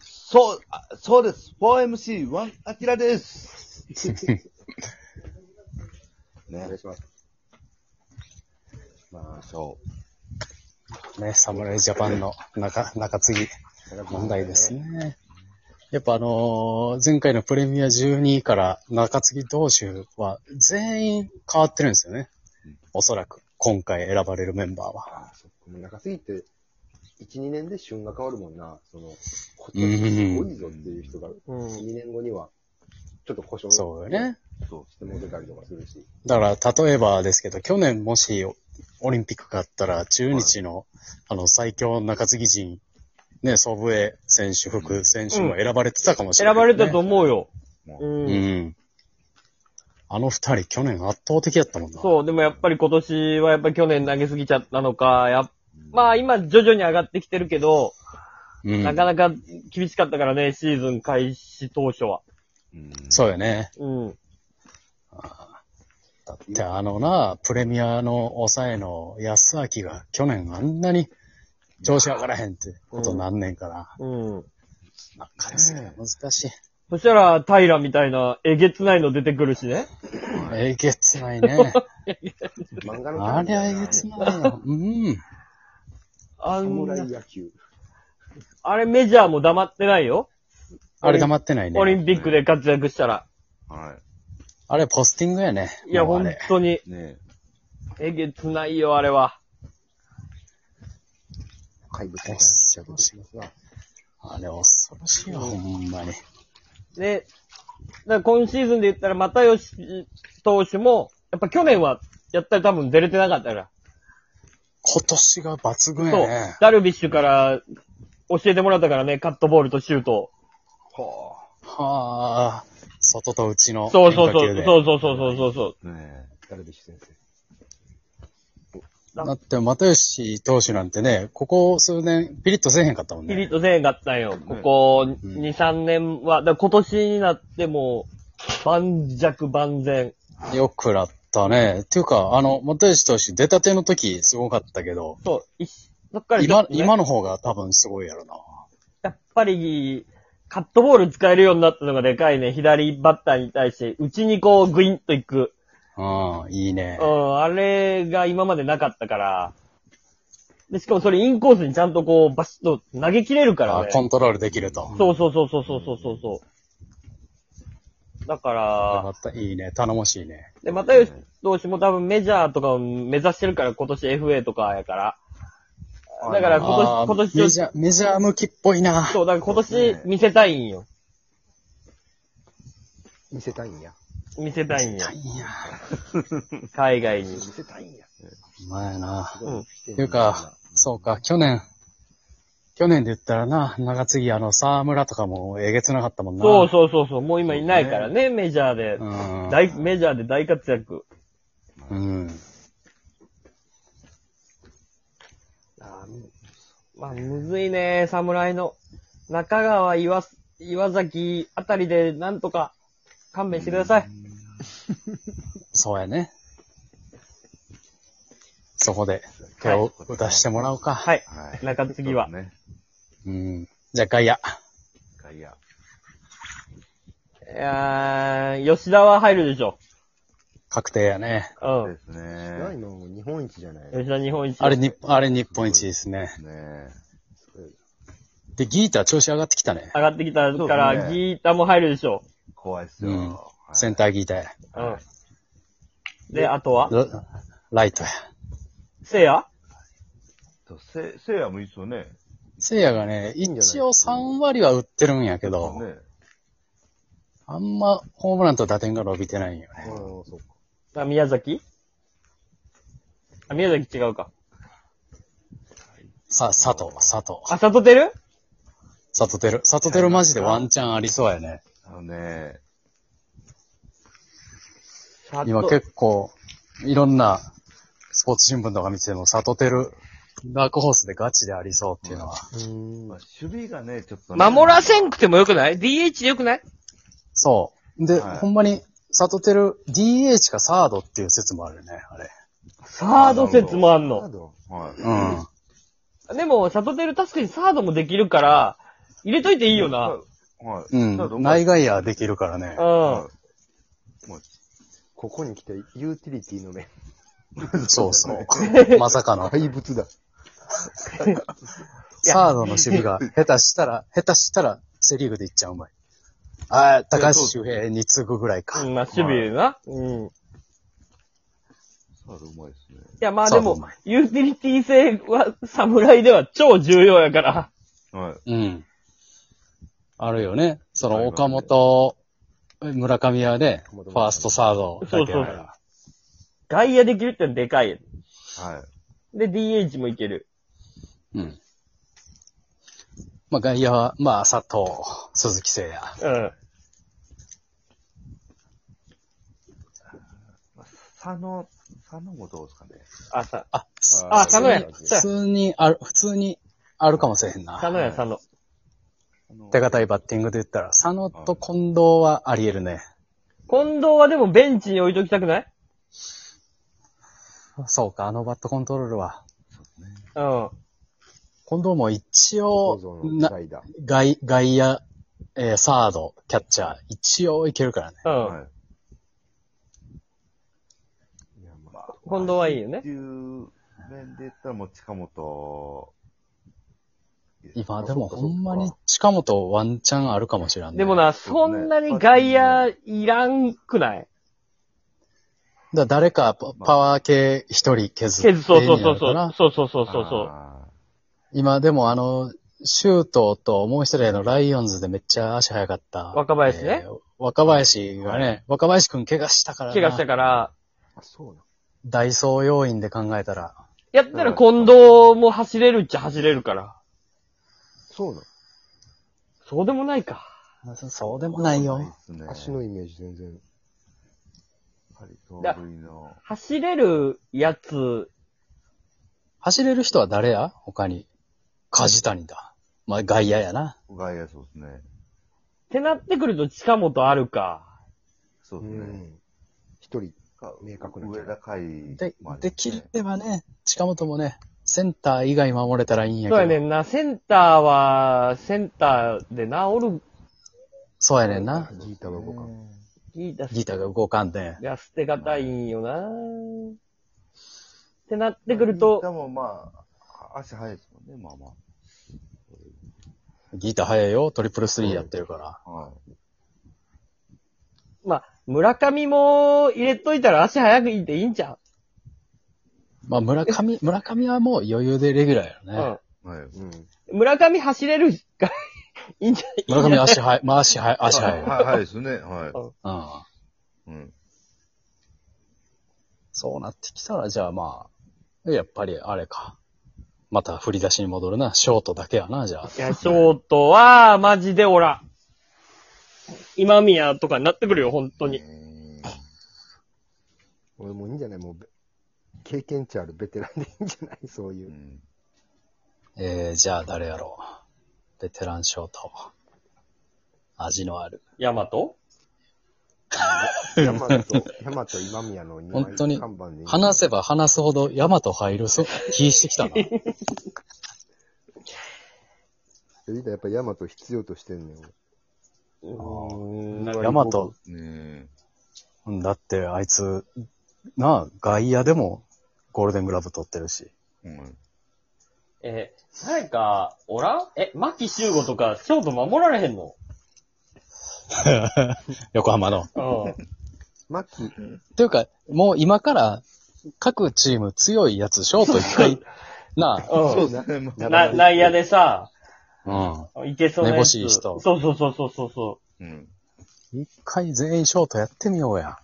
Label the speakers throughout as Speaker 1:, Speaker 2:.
Speaker 1: そう、あそうです。4MC1 アキラ です。
Speaker 2: お
Speaker 1: ね
Speaker 2: 願い、します。
Speaker 1: まあ、そ
Speaker 3: ね、侍ジャパンの中、中継ぎ問題ですね。やっぱあのー前回のプレミア12から中継ぎ同士は全員変わってるんですよね。おそらく、今回選ばれるメンバーは。
Speaker 2: ああ、そっか。もう中すぎて、1、2年で旬が変わるもんな。その、こっ
Speaker 3: う
Speaker 2: ち
Speaker 3: ん
Speaker 2: すごいぞっていう人が、
Speaker 4: うん。
Speaker 2: 2年後には、ちょっと故障
Speaker 3: そうよね。
Speaker 1: う。そう
Speaker 2: して戻ったりとかするし。
Speaker 3: だから、例えばですけど、去年もしオリンピックがあったら、中日の、あの、最強中継ぎ陣、ね、祖父江選手、福選手も選ばれてたかもしれない、
Speaker 4: 選ばれたと思うよ。う。
Speaker 1: も
Speaker 3: うんん。あの二人、去年圧倒的だったもんな。
Speaker 4: そう、でもやっぱり今年はやっぱり去年投げすぎちゃったのか、やっまあ今徐々に上がってきてるけど、
Speaker 3: う
Speaker 4: なかなか厳しかったからね、シーズン開始当初は。
Speaker 1: う、うん、
Speaker 3: そうよね。
Speaker 4: うん。
Speaker 3: だってあのな、プレミアの抑えの安明が去年あんなに調子上がらへんってことなんねんから、
Speaker 4: うん。
Speaker 3: なかなか難しい。
Speaker 4: そしたら、平みたいな、えげつないの出てくるしね。
Speaker 3: えげつない ね。
Speaker 2: 漫画の
Speaker 3: ありゃえげつないよ。うん。
Speaker 4: あんな
Speaker 2: 侍野球。
Speaker 4: あれメジャーも黙ってないよ。
Speaker 3: あれ黙ってない
Speaker 4: オリ
Speaker 3: ね。
Speaker 4: ンピックで活躍したら。
Speaker 1: は
Speaker 3: あれポスティングやね。
Speaker 4: いや、
Speaker 3: もうあ
Speaker 4: 本
Speaker 3: れ
Speaker 4: 当に。
Speaker 1: い。ね
Speaker 4: えげつないよ、あれは。
Speaker 2: 怪物
Speaker 3: 恐
Speaker 2: 的
Speaker 3: ろ
Speaker 2: な
Speaker 3: しい
Speaker 2: 着地しますな。
Speaker 3: あれ恐ろしいわ、ほんまに。
Speaker 4: で、だから今シーズンで言ったら、又吉投手も、やっぱ去年は、やったら多分出れてなかったから。
Speaker 3: 今年が抜群や
Speaker 4: そう
Speaker 3: ね。。
Speaker 4: ダルビッシュから、教えてもらったからね、カットボールとシュートを。
Speaker 2: はあ。
Speaker 3: はあ。外と内の
Speaker 4: そ
Speaker 3: 変
Speaker 4: うそう
Speaker 3: 化
Speaker 4: そ
Speaker 3: 球
Speaker 4: う。
Speaker 3: で。
Speaker 4: そうそうそうそうそう。
Speaker 1: え。ね
Speaker 2: ダルビッシュ先
Speaker 3: だって、又吉投手なんてね、ここ数年、ピリッとせえへんかったもん
Speaker 4: ピリッ
Speaker 3: ね。
Speaker 4: とせえへんかったんよ。ここ
Speaker 3: うん
Speaker 4: 2、3年は。だから今年になっても、盤石万全。
Speaker 3: よくなったね。っていうか、あの、又吉投手出たての時、すごかったけど、
Speaker 4: そう。いそっからちょっ
Speaker 3: 今、
Speaker 4: とね
Speaker 3: 今の方が多分すごいやろな。
Speaker 4: やっぱり、カットボール使えるようになったのがでかいね。左バッターに対して、内にこう、グインと行く。
Speaker 3: うん、いいね
Speaker 4: う。ん、あれが今までなかったから。で、しかもそれインコースにちゃんとこう、バシッと投げ切れるから
Speaker 3: あ
Speaker 4: ね。
Speaker 3: コントロールできると。
Speaker 4: そうそうそうそうそうそうそうそう。だから、
Speaker 3: またいいね。頼もしいね。
Speaker 4: で、またよし投手も多分メジャーとかを目指してるから、今年 FA とかやから。だから今
Speaker 3: あー
Speaker 4: 年、今年ちょ
Speaker 3: メ
Speaker 4: っ
Speaker 3: ジャー、メジャー向きっぽいな。
Speaker 4: と、そう、だから今年見せたいんよ。
Speaker 2: 生。見せたいんや。
Speaker 4: 見せたいんよ。
Speaker 3: いや、
Speaker 4: 海外に
Speaker 2: 見。せたいんや。
Speaker 3: まやな。
Speaker 2: すごい
Speaker 3: っていうか、、そうか、去年、去年で言ったらな、長継ぎあの、沢村とかもえげつなかったもんな。
Speaker 4: そうそうそうそう、もう今いないからね、メジャーで。
Speaker 3: うん
Speaker 4: 大、メジャーで大活躍。
Speaker 3: うん。
Speaker 2: あー
Speaker 4: まあ、むずいね、侍の。中川、岩、岩崎あたりで、なんとか、勘弁してください。
Speaker 3: そうやね。そこで手を出してもらおうか。
Speaker 4: はい。
Speaker 1: はい。
Speaker 4: 中継ぎは
Speaker 1: そう。ね。
Speaker 3: うん。じゃあ、外野。
Speaker 1: 外野。
Speaker 4: いやー、吉田は入るでしょ。
Speaker 3: 確定やね。
Speaker 4: う。
Speaker 1: そうんです
Speaker 2: ない
Speaker 1: ね。
Speaker 2: の日本一じゃないの。
Speaker 4: 吉田日本一。
Speaker 3: あれ、に、あれ日本一ですね。
Speaker 1: ね
Speaker 3: で、ギータ調子上がってきたね。
Speaker 4: 上がってきたか
Speaker 1: そうです
Speaker 4: ら、
Speaker 1: ね
Speaker 4: ギータも入るでしょ。
Speaker 1: 怖いっすよ。
Speaker 3: うん
Speaker 1: は。い
Speaker 3: センターギータや。
Speaker 4: うん。で、あとは
Speaker 3: ラライトや。
Speaker 4: せいや
Speaker 1: そうせ、せいやもいいっすよね。
Speaker 3: せいやがね、
Speaker 2: んじゃない
Speaker 3: 一応3割は打ってるんやけど、
Speaker 1: ね。
Speaker 3: あんまホームランと打点が伸びてないんよ
Speaker 2: あ
Speaker 3: ね。
Speaker 2: ーそうか。
Speaker 4: あ宮崎あ、宮崎違うか。
Speaker 3: さ、佐藤、佐藤。
Speaker 4: あ、里出る
Speaker 3: 佐藤てる。佐藤てるマジでワンチャンありそうやね。
Speaker 1: あのね、
Speaker 3: 今結構、いろんなスポーツ新聞とか見てても、佐藤てる、ダークホースでガチでありそうっていうのは。
Speaker 2: うーん
Speaker 1: まあ、守備がね、ちょっとね、
Speaker 4: 守らせんくてもよくない ?DH でよくない
Speaker 3: そう。で、
Speaker 1: はい
Speaker 3: ほんまに、佐藤てる DH かサードっていう説もあるよね、あれ。
Speaker 4: サード説もあ
Speaker 2: カー
Speaker 4: んの。
Speaker 2: ド
Speaker 1: はい。
Speaker 3: うん。
Speaker 4: でも、里出る確かにサードもできるから、入れといていいよな。
Speaker 1: は
Speaker 3: う
Speaker 1: ただどこ
Speaker 3: ん。内外野できるからね
Speaker 4: う。
Speaker 1: い。
Speaker 4: ん
Speaker 1: は。
Speaker 2: ここに来て、ユーティリティの面。
Speaker 3: そうそう。まさかの。
Speaker 2: 怪物だ。
Speaker 3: サードの守備が下手したら、下手したらセリーグで行っちゃうまい。ああ、高橋周平に次ぐぐらいか。
Speaker 4: うんまあ、守備な。うん。い
Speaker 1: いサードうまいですね。
Speaker 4: や、まあ
Speaker 3: そ
Speaker 4: で
Speaker 3: う
Speaker 4: も
Speaker 3: お前、
Speaker 4: ユーティリティ性は、侍では超重要やから。
Speaker 1: はい。
Speaker 3: うん。あるよね。そ
Speaker 1: あり
Speaker 3: の
Speaker 1: ますね
Speaker 3: 岡本、村上はね、
Speaker 2: 岡
Speaker 3: フ
Speaker 2: 本
Speaker 3: ァーストサードだけだ
Speaker 4: そう
Speaker 3: か
Speaker 4: そう
Speaker 3: ら。
Speaker 4: 外野できるってのはでかい。
Speaker 1: はい。
Speaker 4: で、DH もいける。
Speaker 3: うん。まあ外野は、まあ佐藤、鈴木誠也。
Speaker 4: うん。
Speaker 1: 佐野、佐野もどうですかね。
Speaker 4: あ、さ、
Speaker 3: あ、す
Speaker 4: あ佐野や
Speaker 3: 普通にある、普通にあるかもしれへんな。
Speaker 4: 佐野や、佐野。
Speaker 1: あの
Speaker 3: 手堅いバッティングで言ったら、佐野と近藤はあり得るね。
Speaker 4: 近藤はでもベンチに置いときたくない
Speaker 3: そうか、あのバットコントロールは。
Speaker 4: うん。
Speaker 3: 近藤も一
Speaker 2: こ
Speaker 3: 応
Speaker 2: こぞ、の
Speaker 3: な
Speaker 2: 代打。
Speaker 3: 外、外野、えーサード、キャッチャー、一応いけるからね。
Speaker 4: うん。
Speaker 1: はい。
Speaker 2: いやま
Speaker 1: ま
Speaker 2: あ
Speaker 1: あ
Speaker 4: 近藤はいいよね
Speaker 1: っていう面で言ったらもう近本。
Speaker 3: 今、
Speaker 2: あ
Speaker 3: でも
Speaker 2: そっかそ
Speaker 3: ほ
Speaker 2: っか
Speaker 3: んまに近本ワンチャンあるかもしれんね。
Speaker 4: でも。な、そんなに外野いらんくない
Speaker 3: だ誰かパパワー系一人削
Speaker 4: け
Speaker 3: っ
Speaker 4: ず、
Speaker 3: て
Speaker 4: そうそうそう
Speaker 3: やるか
Speaker 4: そ
Speaker 3: ら
Speaker 4: う。そうそうそうそうそう。
Speaker 1: あ
Speaker 3: 今でもあの、シュートともう一人あのライオンズでめっちゃ足早かった。
Speaker 4: 若林ね
Speaker 3: えー若林がね、若林くん怪我したからな。
Speaker 4: 怪我したから、
Speaker 2: あ、そうな
Speaker 3: ダイソー要員で考えたら、
Speaker 4: やったら近藤も走れるっちゃ走れるから。
Speaker 2: そうな
Speaker 4: そうでもないか。
Speaker 3: そそうでも
Speaker 1: ー
Speaker 3: ない
Speaker 1: ない
Speaker 3: よ
Speaker 1: っ。すね。
Speaker 2: 足のイメージ全然。
Speaker 1: やっぱり盗塁の。
Speaker 4: 走れるやつ、
Speaker 3: 走れる人は誰や他に。梶谷だ。まあ、外野やな。
Speaker 1: 外野そうですね。
Speaker 4: ってなってくると近本あるか。
Speaker 1: そう
Speaker 2: う
Speaker 1: ですね。
Speaker 2: ん。一人。
Speaker 1: か
Speaker 2: 明確な
Speaker 1: 上高い。
Speaker 3: で
Speaker 1: まあ、
Speaker 3: できればね、近本もね、センター以外守れたらいいんやけ
Speaker 4: そ
Speaker 3: ど。
Speaker 4: うやねんな。センターは、センターでな、おる、
Speaker 3: そうやねんな。
Speaker 2: ギータが動かん。
Speaker 4: ギータ
Speaker 3: ギターが動かんね。
Speaker 4: いや、捨てがたいんよなってなって
Speaker 1: で
Speaker 4: くると
Speaker 1: で、もまあ、足早いですもんね、まあま
Speaker 3: ギター早いよ。トリプルスリーやってるから。
Speaker 1: あ。はい。
Speaker 4: まあ、村上も入れといたら足早くいっていいんちゃ
Speaker 3: まあ、村 上、村上はもう余裕でレギュラーや
Speaker 4: う、
Speaker 3: ろね。
Speaker 1: はい。
Speaker 2: うん。
Speaker 4: うん。村上走れるからいいんじゃない
Speaker 3: 村上足早い、 まあ足早い、足早い。
Speaker 1: はい、はいですね。は
Speaker 3: うん。
Speaker 1: い。うん。
Speaker 3: そうなってきたら、じゃあまあ、やっぱりあれか。また振り出しに戻るな。ショートだけやな、じゃあ。
Speaker 4: いや、ショートは、マジでおらん。今宮とかになってくるよ、本当に。
Speaker 1: え
Speaker 2: 俺もういいんじゃないもうべ、経験値あるベテランでいいんじゃないそうい
Speaker 1: ーう
Speaker 2: う。
Speaker 1: ん
Speaker 3: えー、じゃあ誰やろう。ベテランショート。味のある。
Speaker 4: ヤマト
Speaker 2: ヤマト、ヤマト今宮の二枚
Speaker 3: 本当に
Speaker 2: 看板でいいんじゃない
Speaker 3: 話せば話すほどヤマト入る そ気してきたな。
Speaker 2: リーダーやっぱヤマト必要としてんねん。
Speaker 4: うーん。
Speaker 2: 俺
Speaker 3: ヤマト。、
Speaker 1: ね
Speaker 3: うんだってあいつ、なあ、外野でもゴールデングラブ取ってるし。
Speaker 1: え。うん。
Speaker 4: えー、誰か、おらんえ、牧修吾とか、ショート守られへんの
Speaker 3: 横浜の。っ
Speaker 4: うん。
Speaker 2: マキ、
Speaker 3: ていうか、もう今から各チーム強いやつ、ショート一回、な
Speaker 1: そううですね。まあ
Speaker 4: ん。な、内野でさ、
Speaker 3: あ、うん。
Speaker 4: いけそうな
Speaker 3: め
Speaker 4: やつ。
Speaker 3: ぼしい人
Speaker 4: そうそうそうそうそうそ
Speaker 1: うん。
Speaker 3: 一回全員ショートやってみようや。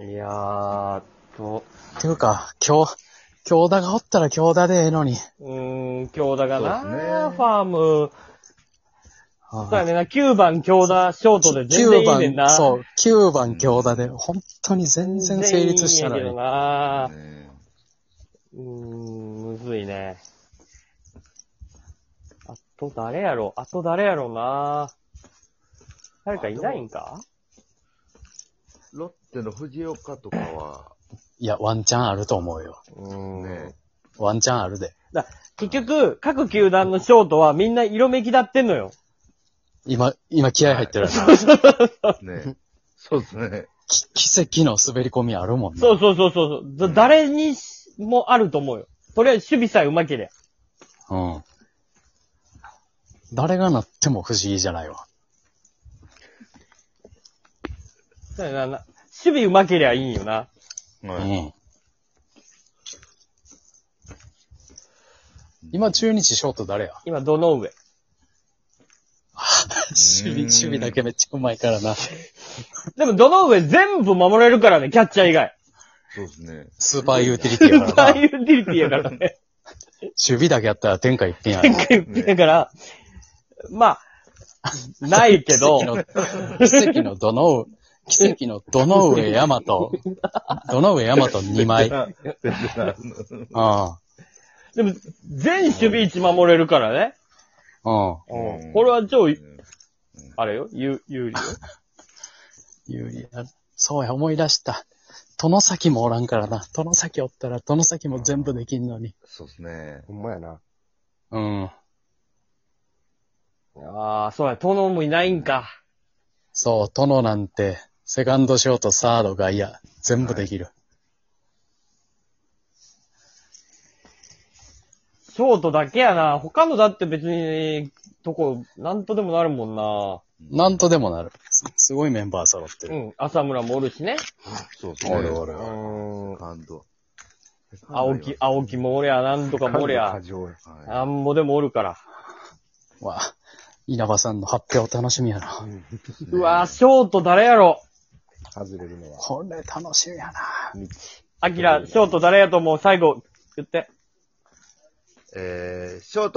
Speaker 4: う。いやーと、
Speaker 3: っていうか、今日、京田がおったら京田でええのに。
Speaker 4: うーん、京田がな、
Speaker 1: そうですね
Speaker 4: ファーム。そうやねんな、9番京田、ショートで全然
Speaker 3: 9
Speaker 4: いいねんな。
Speaker 3: 番、そう、9番京田で、本当に全然成立したの
Speaker 4: 全然いい
Speaker 3: に。
Speaker 4: んやけどな
Speaker 1: ね
Speaker 4: うーん、むずいね。あと誰やろあと誰やろな誰かいないんか
Speaker 1: ロッテの藤岡とかは、
Speaker 3: いや、ワンチャンあると思うよ。
Speaker 1: ね
Speaker 4: う
Speaker 3: ワンチャンあるで。
Speaker 4: だ結局、各球団のショートはみんな色めきだってんのよ。
Speaker 3: 今、今気合入ってるよな。
Speaker 1: ね。そうですね。
Speaker 3: き奇跡の滑り込みあるもんな。
Speaker 4: そうそうそうそう。だ誰にしもあると思うよ。とりあえず守備さえ上手けりゃ。
Speaker 3: うん。誰がなっても不思議じゃないわ。
Speaker 4: そうやなな守備上手けりゃいいんよな。
Speaker 3: う
Speaker 1: はい。
Speaker 3: ん。今、中日ショート誰や
Speaker 4: 今、どの上。
Speaker 3: 守備、守備だけめっちゃうまいから な。
Speaker 4: でも、どの上全部守れるからね、キャッチャー以外。
Speaker 1: そうですね。
Speaker 3: スーパーユーティリティや
Speaker 4: スーパ
Speaker 3: から
Speaker 4: ー
Speaker 3: な。
Speaker 4: ユーティリティやから ね。
Speaker 3: 守備だけやったら天下一品やな。
Speaker 4: だから、まあ、ないけ ど、
Speaker 3: 奇跡のどの、奇跡のどの上 山と、どの上山と2枚。ああ、
Speaker 4: でも、全守備位置守れるからね。
Speaker 3: うん。
Speaker 1: うん
Speaker 4: これは超、
Speaker 1: ん
Speaker 4: あれよ、有有利よ。
Speaker 3: 有利だそうや、思い出した。殿崎もおらんからな。殿崎おったら殿崎も全部できんのに。
Speaker 1: そうですね。
Speaker 2: ほんまやな。
Speaker 3: うん。
Speaker 4: ああ、そうや、殿もいないんか。
Speaker 3: そう、殿なんて、セカンドショート、サード、外野、全部できる。
Speaker 4: ショートだけやな。他のだって別に、とこ、なんとでもなるもんな。
Speaker 3: なんとでもなる。すすごいメンバー揃って
Speaker 4: う
Speaker 3: る。
Speaker 4: ん、浅村もおるしね。
Speaker 1: そうですね。
Speaker 2: れ。うーん。
Speaker 1: 感動。
Speaker 4: 青木、青木もおりゃ、なんとかもおりゃ
Speaker 2: 過。剰や
Speaker 1: は
Speaker 4: なんぼでもおるから。
Speaker 3: わあ、稲葉さんの発表楽しみやな。
Speaker 1: い。
Speaker 4: うわーショート誰やろ
Speaker 2: 外れるのは。
Speaker 3: これ楽しみやな。
Speaker 4: アキラ、ショート誰やと思う最後、言って。
Speaker 1: えー、ショート